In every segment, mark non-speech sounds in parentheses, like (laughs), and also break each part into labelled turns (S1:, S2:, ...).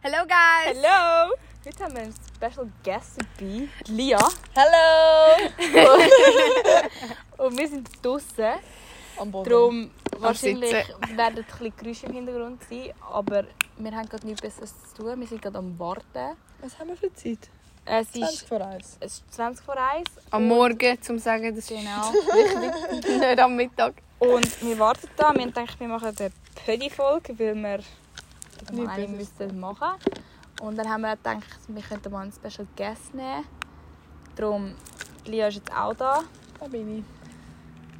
S1: Hello, guys.
S2: Hello! Heute haben wir einen Special Guest dabei, die Lia.
S3: Hallo!
S2: Und wir sind draußen.
S3: Am Boden.
S2: Darum wahrscheinlich (laughs)
S1: Sitzen.
S2: werden ein bisschen Geräusche im Hintergrund sein. Aber wir haben gerade nichts Besseres zu tun. Wir sind gerade am Warten.
S3: Was haben wir für Zeit?
S2: Es
S3: 20
S2: ist,
S3: vor 1.
S2: es ist 20 vor 1.
S1: Am Morgen, zum sagen, das (laughs)
S2: Genau.
S1: ist nicht am Mittag.
S2: Und wir warten da. Wir haben gedacht, wir machen eine Pödi-Folge, weil wir
S3: Nicht
S2: mal eine
S3: böses.
S2: müssen machen Und dann haben wir gedacht, wir könnten mal einen Special Guest nehmen. Darum, die Lia ist jetzt auch da.
S3: Da bin ich.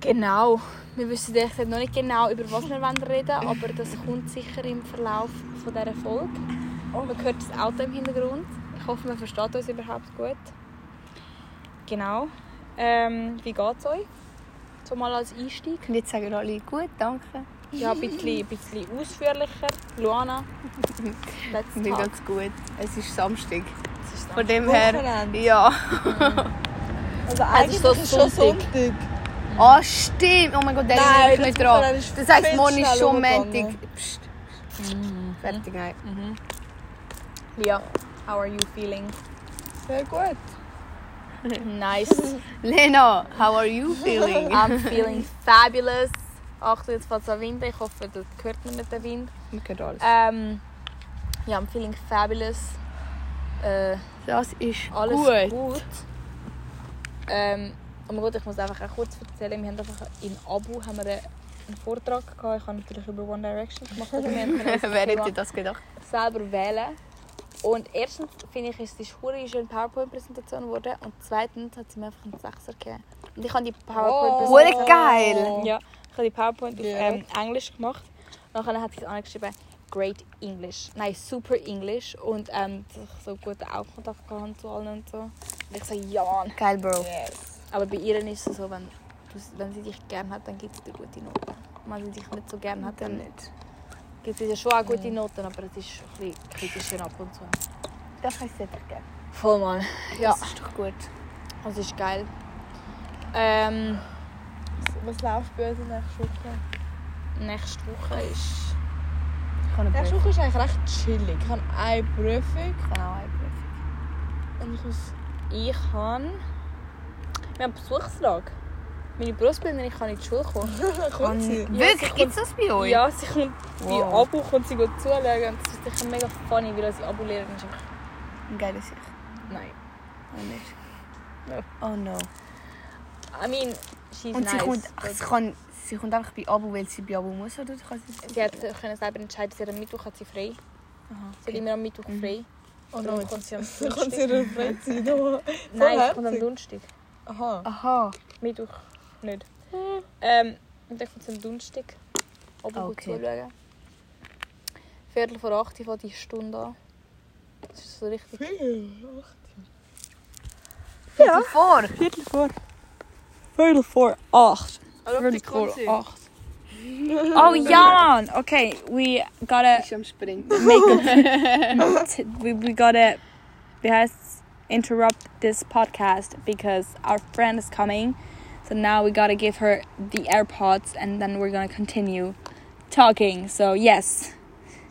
S2: Genau. Wir wissen ehrlich gesagt noch nicht genau, über was wir wollen reden aber das kommt sicher im Verlauf von dieser Folge. Man hört das Auto im Hintergrund. Ich hoffe, man versteht uns überhaupt gut. Genau. Ähm, wie geht es euch? So mal als Einstieg.
S1: Und jetzt sagen alle gut, danke.
S2: Ja, ein bisschen, ein bisschen ausführlicher. Luana,
S1: (laughs)
S2: let's
S1: Mir
S2: talk.
S1: geht's gut. Es ist Samstag.
S2: Es ist
S1: Von dem her.
S3: Wochenende.
S1: Ja.
S3: Also
S2: eigentlich ist es schon
S3: Sonntag.
S1: Ah, stimmt. Oh mein Gott, der
S3: Nein,
S1: erinnert mich nicht
S3: das
S1: dran.
S3: Wochenende ist
S1: Das heisst,
S3: viel
S1: morgen ist
S3: schneller
S1: schon
S3: umgegangen.
S1: Montag. Psst. Fertig, nein.
S2: Lia, how are you
S1: (laughs)
S2: feeling?
S3: Sehr gut.
S2: Nice.
S1: Lena, how are you
S2: (laughs)
S1: feeling?
S2: I'm feeling fabulous. Achtung, jetzt fängt es an Wind. Ich hoffe, das hört man nicht den Wind.
S1: Wir können alles.
S2: Ähm, ja, I'm feeling fabulous. Äh,
S1: Das ist gut.
S2: alles gut. Ähm, aber gut, ich muss einfach auch kurz erzählen, wir haben einfach in Abu haben wir einen Vortrag gehabt. Ich habe natürlich über One Direction gemacht. aber wir
S1: (laughs)
S2: haben
S1: (laughs)
S2: das
S1: Wer
S2: Thema-
S1: hätte das gedacht?
S2: selber wählen. Und erstens finde ich, es ist eine schöne PowerPoint-Präsentation geworden. Und zweitens hat sie mir einfach einen Sechser gegeben. Und ich habe die PowerPoint-Präsentation...
S1: Hure
S2: Oh.
S1: geil!
S2: Ja, ich habe die PowerPoint auf
S3: Ja.
S2: ähm, Englisch gemacht. Und dann hat sie es angeschrieben, Great English. Nein, Super English. Und ähm, dass ich so guten Augenkontakt hatte zu allen und so. Und ich so, ja.
S1: Geil, Bro.
S3: Yes.
S2: Aber bei ihr ist es so, wenn, du- wenn sie dich gerne hat, dann gibt sie dir gute Noten. Und wenn sie dich nicht so gerne hat, dann
S1: nicht.
S2: gibt sie dir schon auch gute Noten. Aber es ist ein bisschen kritischer ab und zu.
S1: Das heisst nicht gegeben.
S2: Voll Mann. Ja,
S1: Das ist doch gut.
S2: das ist geil. Ähm,
S3: Was läuft bei uns nächste Woche?
S2: nächste Woche ist.
S1: Ich kann
S3: Nächste Woche ist eigentlich recht chillig. Ich habe eine (laughs) Prüfung und ich muss...
S2: Ich habe. Wir haben Besuchstag. Meine Brustbildnerin kann in die Schule kommen.
S3: Kommt sie?
S1: Wirklich? Gibt es das bei euch?
S2: Ja, sie kommt bei
S1: Wow.
S2: Abu kommt sie gut zuschauen. Und das ist sicher mega funny, weil unsere Abu-Lehrerin ist. einfach-
S1: Geile Sicht.
S2: Nein.
S1: Oh, nicht.
S2: No.
S1: Oh no.
S2: I mean, she's
S1: Und
S2: nice.
S1: sie, kommt, ach,
S2: but
S1: sie, kann, sie kommt einfach bei Abo, weil sie bei Abo muss, oder? Kann sie,
S2: sie hat können selber entscheiden, sie hat am Mittwoch hat sie frei.
S1: Aha, Mhm.
S2: Sie hat immer am Mittwoch frei.
S3: Oh,
S2: Und dann
S3: (laughs)
S2: kommt sie am
S3: Dann kommt sie
S2: Donnerstag.
S3: in ihrer Freizeit noch.
S2: Nein, sie kommt am
S3: herzig.
S2: Donnerstag.
S3: Aha.
S1: Aha.
S2: Mittwoch nicht.
S3: Hm.
S2: Ähm, und dann kommt es am Donnerstag. Aber
S1: Okay.
S2: gut zuschauen. Viertel vor acht fängt die Stunde an. Das ist so richtig.
S1: Ja. Vor.
S3: Viertel vor. Viertel vor acht.
S1: Really cool.
S2: (laughs)
S3: acht. Oh ja, man. Okay, we gotta
S1: Ist am Springen.
S3: (laughs) we, we gotta we has interrupt this podcast because our friend is coming. So now we gotta give her the AirPods and then we're gonna continue talking. So yes.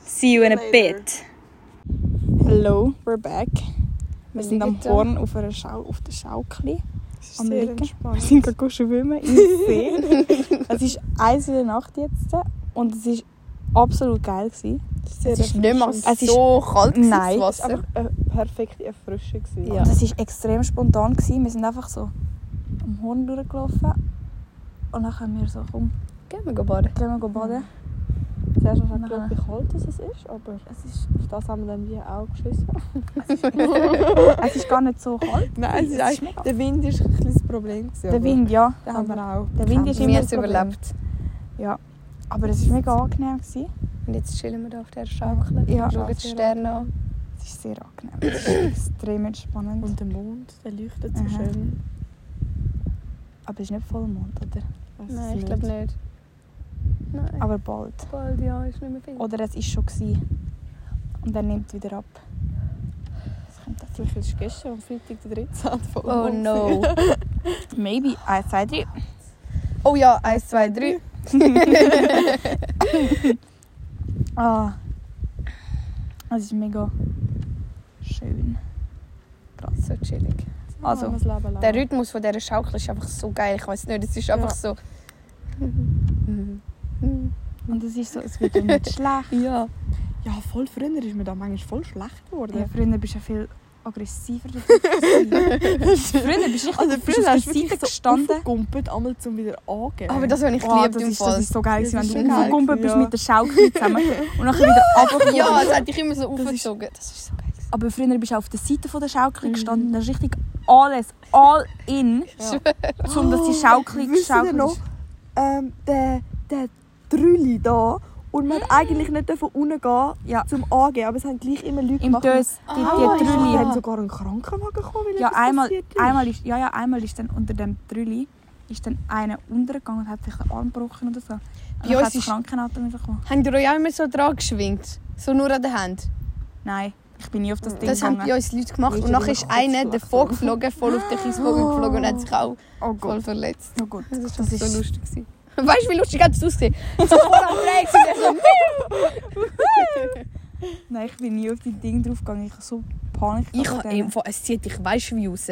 S3: See you in a bit. Hello, we're back. Wir sind am Horn auf, einer Schau auf der Schaukel. Am Liegen. Wir sind gerade schwimmen im See. (laughs) es ist 1 in der Nacht jetzt und es ist absolut geil. Gewesen.
S1: Es ist nicht mehr
S3: Es ist-
S1: so kalt gewesen,
S3: Nein,
S1: das Wasser.
S3: einfach eine perfekte Erfrischung.
S1: Ja.
S2: Und
S3: Das Also war extrem spontan. Gewesen. Wir sind einfach so am Horn durchgelaufen. Und dann haben wir so, komm,
S1: Gehen wir gehen baden.
S3: gehen wir baden. Zuerst haben
S2: wir geschaut,
S3: wie kalt es ist, aber es ist, auf das haben wir dann wie auch geschissen. es ist gar nicht so (laughs) kalt.
S4: Nein, es ist eigentlich, der Wind ist ein kleines Problem. Gewesen,
S3: Der Wind, ja.
S4: aber den haben wir
S2: Mhm.
S4: auch.
S3: Der Wind ist
S1: Wir
S3: immer
S1: haben
S3: das
S1: es
S3: Problem.
S1: überlebt.
S3: Aber es war mega angenehm. Gewesen.
S1: Und jetzt chillen wir hier auf der Schaukel.
S3: Ja,
S1: Schauen die Sterne an.
S3: es ist sehr angenehm. Es ist extrem entspannend.
S4: Und der Mond, der leuchtet
S3: Aha.
S4: so schön.
S3: Aber es ist nicht Vollmond, oder?
S4: Weiss
S3: Also
S4: es
S1: Nein, ich glaube nicht. Nein.
S3: Aber bald.
S1: Bald, ja, ist nicht mehr viel.
S3: Oder es ist schon gewesen. Und dann nimmt es wieder ab. Das kommt dazu.
S4: Vielleicht ist gestern am Freitag der 13. voll
S1: Oh
S4: Mond
S1: no.
S4: gewesen.
S3: (laughs) Maybe. Eins, zwei, drei.
S1: (laughs) Oh ja, eins, zwei, drei.
S3: Ah.
S2: Es ist mega schön.
S1: So chillig.
S2: Also,
S3: das Leben lang.
S1: Der Rhythmus von dieser Schaukel ist einfach so geil. Ich weiß nicht, es ist einfach
S3: Ja.
S1: so. Mhm.
S2: und es ist so, es wird ja
S3: (laughs)
S2: nicht schlecht.
S3: Ja. Ja, voll früher ist mir da manchmal voll schlecht geworden.
S2: Ja, früher bist du ja viel aggressiver. früher
S3: (laughs)
S2: bist du richtig
S3: Also
S2: bist du
S3: früher
S2: auf
S3: hast
S2: der Seite
S3: du wirklich
S2: gestanden.
S3: so aufgekumpelt, einmal zum wieder angeben.
S1: Aber das (laughs) habe ich
S2: Oh,
S1: geliebt
S2: das,
S1: im
S2: ist,
S1: Fall.
S2: das ist so geil,
S3: Das
S2: gewesen,
S3: ist
S2: wenn
S3: schon
S2: du
S3: geil
S2: aufgekumpelt bist
S3: gewesen, ja.
S2: mit der
S3: (laughs)
S2: Schaukel zusammen und dann wieder runtergekommen
S1: (laughs) Ja,
S2: bist.
S1: das hat dich immer so
S3: ist-
S1: aufgezogen. Das ist so geil. gewesen.
S2: Aber früher bist du auf der Seite von der
S3: Mhm.
S2: Schaukel gestanden, da ist richtig alles, all in, um dass die Schaukel
S3: Wisst ihr
S2: geschaukelt
S3: noch,
S2: ist.
S3: ähm, der, der Trülli da, und man hat eigentlich nicht davon unten gehen
S2: Ja.
S3: zum Angeben, aber es haben gleich immer Leute
S2: Im
S3: gemacht.
S2: Dös, die,
S1: Ah,
S2: die Trülli.
S3: Wir haben sogar einen Krankenwagen gekommen, weil
S2: Ja,
S3: etwas
S2: einmal,
S3: passiert ist.
S2: einmal ist, ja, ja, einmal ist dann unter dem Trülli ist dann einer untergegangen und hat sich den Arm gebrochen oder so. Und
S1: Bei
S2: dann
S1: uns
S2: hat das
S1: ist-
S2: Krankenauto müssen kommen.
S1: Habt ihr euch auch immer so dran geschwingt? So nur an der Hand?
S2: Nein, ich bin nie auf das Ding
S1: Das haben
S2: gegangen.
S1: bei uns Leute gemacht.
S3: Ich
S1: Und nachher
S3: bin
S1: ist
S3: immer
S1: einer
S3: kurz
S1: davon geflogen, voll auf den Kiesbogen geflogen und hat sich auch
S2: Oh
S1: voll
S2: Gott,
S1: verletzt.
S2: oh Gott.
S1: Das ist
S2: Das
S1: so
S2: ist-
S1: lustig. gewesen. (laughs) Weißt du, wie lustig hat es ausgesehen? So voll am Drehen gewesen, der so
S2: (laughs) Nein, ich bin nie auf die Ding draufgegangen. Ich habe so Panik
S1: Ich
S2: gehabt
S1: habe
S2: vor
S1: im
S2: denen.
S1: Fall, es zieht dich weißt du wie raus.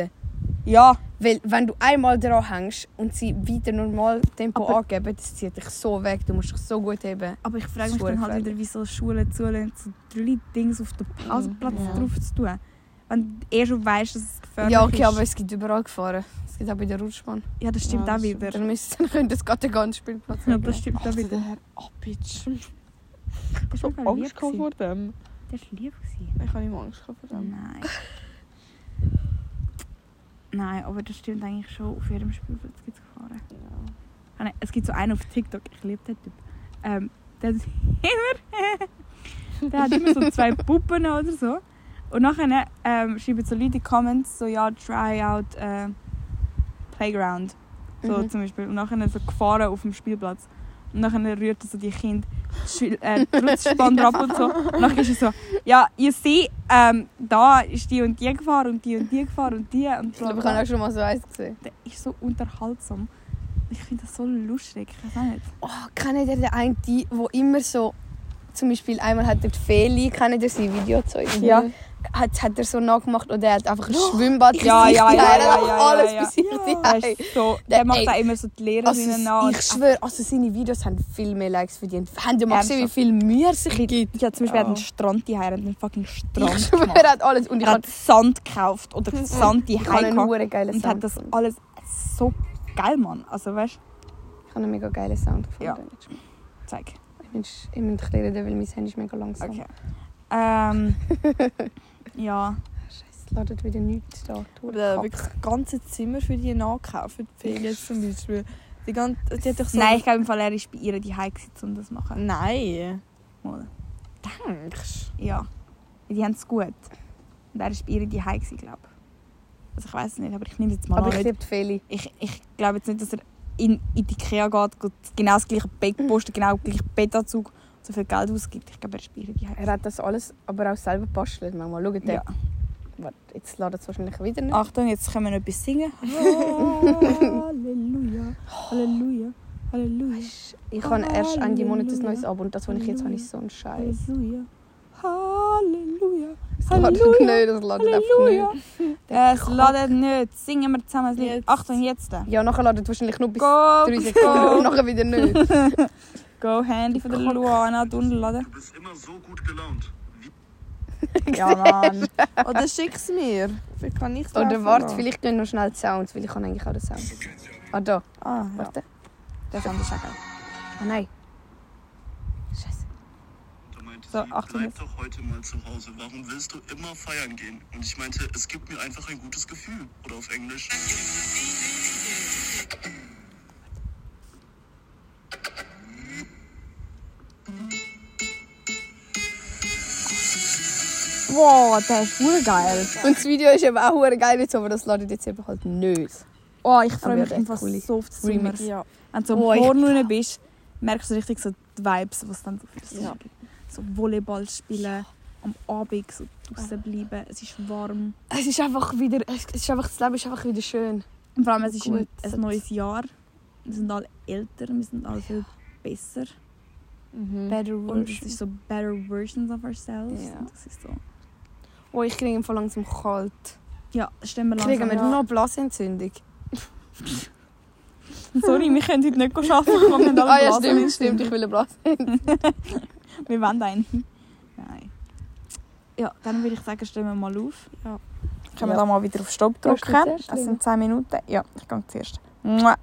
S2: Ja,
S1: Weil wenn du einmal dran hängst und sie wieder normal Tempo
S2: Aber-
S1: angeben, das zieht dich so weg. Du musst dich so gut heben.
S2: aber ich frage mich
S1: Super
S2: dann halt
S1: gefährlich.
S2: wieder, wieso Schulen zulassen, so drei Dings auf den Pausenplatz
S1: Mhm, Ja.
S2: drauf zu tun. Wenn du eh schon weißt, dass es gefährlich
S1: Ja, okay,
S2: ist.
S1: aber es gibt überall Gefahren. Es gibt auch bei der Rutschbahn.
S2: Ja, das stimmt
S3: Ja,
S2: auch
S3: das
S2: wieder.
S1: Dann, müssen, (laughs) dann können das gerade den ganzen Spielplatz
S2: Ja,
S1: wegnehmen.
S2: das stimmt auch
S3: Alter,
S2: wieder.
S3: der Herr Abitsch.
S2: Das
S3: Ich
S2: war
S3: habe
S2: mega
S3: Angst
S2: lieb.
S3: gehabt
S2: gewesen.
S3: vor dem.
S2: Das war lieb. gewesen. Oh
S3: Ich habe immer Angst gehabt vor dem.
S2: Nein.
S3: (laughs)
S2: Nein, aber das stimmt eigentlich schon. Auf jedem Spielplatz gibt es Gefahren. Ah, nein, Es gibt so einen auf TikTok, ich liebe den Typ. Ähm, der, hat immer der hat immer (laughs) so
S3: (laughs)
S2: zwei Puppen oder so. Und nachher ähm, schreiben so Leute in die Comments so, ja, try out äh, Playground. So
S1: Mhm.
S2: zum Beispiel. Und nachher so Gefahren auf dem Spielplatz. Und nachher rührt er so die Kinder Schül-
S1: (laughs)
S2: äh, Spann ab und so. Und nachher ist es so, ja, ihr seht, ähm, da ist die und die Gefahr und die und die Gefahr und die. Und
S1: Ich glaube, ich habe auch schon mal so eins gesehen.
S2: der ist so unterhaltsam. Ich finde das so lustig. Ich weiß auch nicht.
S1: Oh, kennt ihr den einen, die- wo immer so... Zum Beispiel einmal hat der Feli, kennt ihr sein Videozeug?
S2: Ja.
S1: Hat, hat er so nachgemacht oder er hat einfach ein Schwimmbad
S2: Ja,
S1: bei sich
S2: ja, ja,
S1: daheim,
S2: ja,
S1: einfach
S2: ja, ja,
S1: alles
S2: ja.
S1: bei sich
S2: Der,
S1: daheim.
S2: ist so,
S1: Der-
S2: der, macht
S1: ey.
S2: auch immer so die
S1: Also,
S2: Lehrerinnen an.
S1: ich schwöre, also seine Videos haben viel mehr Likes verdient. Haben ihr mal gesehen, wie
S2: Ernsthaft?
S1: viel Mühe er sich gibt?
S2: ja, zum Beispiel
S3: Ja.
S2: hat einen Strand die hat einen fucking Strand.
S1: Ich schwöre,
S2: gemacht.
S1: er hat alles. Und ich
S2: Er hat
S1: habe
S2: Sand gekauft oder Sand die
S1: ich hab einen
S2: gehabt
S1: mega geilen
S2: und
S1: Sound.
S2: hat das
S1: gefunden.
S2: alles so geil, Mann. Also weißt du,
S1: ich habe einen mega geilen Sound gefunden.
S2: zeig.
S1: Ich muss ich muss ein reden, weil mein Handy ist mega langsam.
S2: Okay. Ähm, ja.
S1: Ah, Scheiße, es ladet wieder nichts da. Du
S3: Oder
S1: Kack.
S3: wirklich das ganze Zimmer für die nachkaufen, für die Ferien zum Beispiel. Die, ganze, die hat doch so...
S2: Nein, ich glaube im Fall, er ist bei ihr die Hause, um das zu machen.
S3: Nein.
S2: Mal.
S3: Denkst
S2: Ja. Die haben es gut. Und er ist bei ihr die Hause, glaube ich. Also ich weiß es nicht, aber ich nehme es jetzt mal
S1: Aber
S2: an.
S1: ich liebe Feli.
S2: ich, ich glaube jetzt nicht, dass er in, in die Ikea geht, geht genau das gleiche Bett postet, genau den gleichen Bettanzug und so viel Geld ausgibt. Ich glaube, er spielt die
S1: Er hat das alles aber auch selber gebastelt. Manchmal schaut er.
S2: Ja.
S1: Warte, jetzt ladet es wahrscheinlich wieder nicht.
S2: Achtung, jetzt können wir noch etwas singen. Halleluja, Halleluja, Halleluja,
S1: Ich habe erst Ende Monat ein
S2: Halleluja.
S1: neues Abo und das, was ich jetzt habe, ist so ein Scheiß.
S2: Halleluja, Halleluja,
S1: Das ladet nicht, (laughs)
S2: Halleluja,
S1: das ladet
S2: Halleluja.
S1: einfach nicht.
S2: Äh, Es ladet nicht, singen wir zusammen das Lied.
S3: Jetzt.
S2: Achtung, jetzt. Go,
S1: Ja, nachher ladet wahrscheinlich nur bis drei Sekunden (laughs) und
S2: go,
S1: nachher wieder nicht.
S2: go, Handy von der Luana, du laden.
S5: Du bist immer so gut gelaunt.
S2: Ja, Mann.
S3: du? Oder schick's mir. Vielleicht kann ich
S1: Oder warte, vielleicht gehen noch schnell die Sounds, weil ich habe eigentlich auch den Sound. Ah, da.
S3: Ah, ja.
S1: Warte.
S2: Das ist auch geil.
S1: Ah, nein. Scheiße.
S5: Da meinte
S2: So,
S5: sie,
S2: Achtung
S5: bleib
S2: jetzt.
S5: doch heute mal zu Hause. Warum willst du immer feiern gehen? Und ich meinte, es gibt mir einfach ein gutes Gefühl. Oder auf Englisch.
S2: Wow, der ist voll geil.
S1: Und das Video ist eben auch verdammt geil jetzt, aber das ladet jetzt eben halt nicht.
S2: Oh, ich freue
S1: Aber
S2: mich
S1: ja,
S2: einfach
S1: cool.
S2: so auf das Sommer.
S1: Remix.
S3: Ja.
S2: Wenn du so
S1: Oh,
S2: im
S1: ich-
S2: Pornhub bist, merkst du richtig so die Vibes, was dann so für das
S3: Ja.
S2: Sommer gibt. So Volleyball spielen, am Abend so draußen bleiben, es ist warm.
S1: Es ist einfach wieder, es ist einfach, das Leben ist einfach wieder schön.
S2: Und vor allem, es ist ein,
S1: Gut,
S2: ein
S1: so-
S2: neues Jahr. Wir sind alle älter, wir sind alle viel besser.
S1: Better
S2: Und es
S1: Version.
S2: ist so better versions of ourselves.
S1: Ja.
S2: Und Das ist so.
S1: Oh, ich kriege im Fall langsam kalt.
S2: Ja, stellen wir langsam.
S1: Kriegen wir noch Blasenentzündung?
S2: (laughs) Sorry, wir können heute nicht arbeiten. Wir haben
S1: (laughs)
S2: alle
S1: ah ja,
S2: Blasen
S1: stimmt,
S2: entzündet.
S1: stimmt. Ich will eine Blase.
S2: Wir wollen einen. Nein. Ja, dann würde ich sagen, stellen wir mal auf.
S6: Können wir da mal wieder auf Stopp drücken? Es sind 10 Minuten. Ja, ich gehe zuerst. Mua.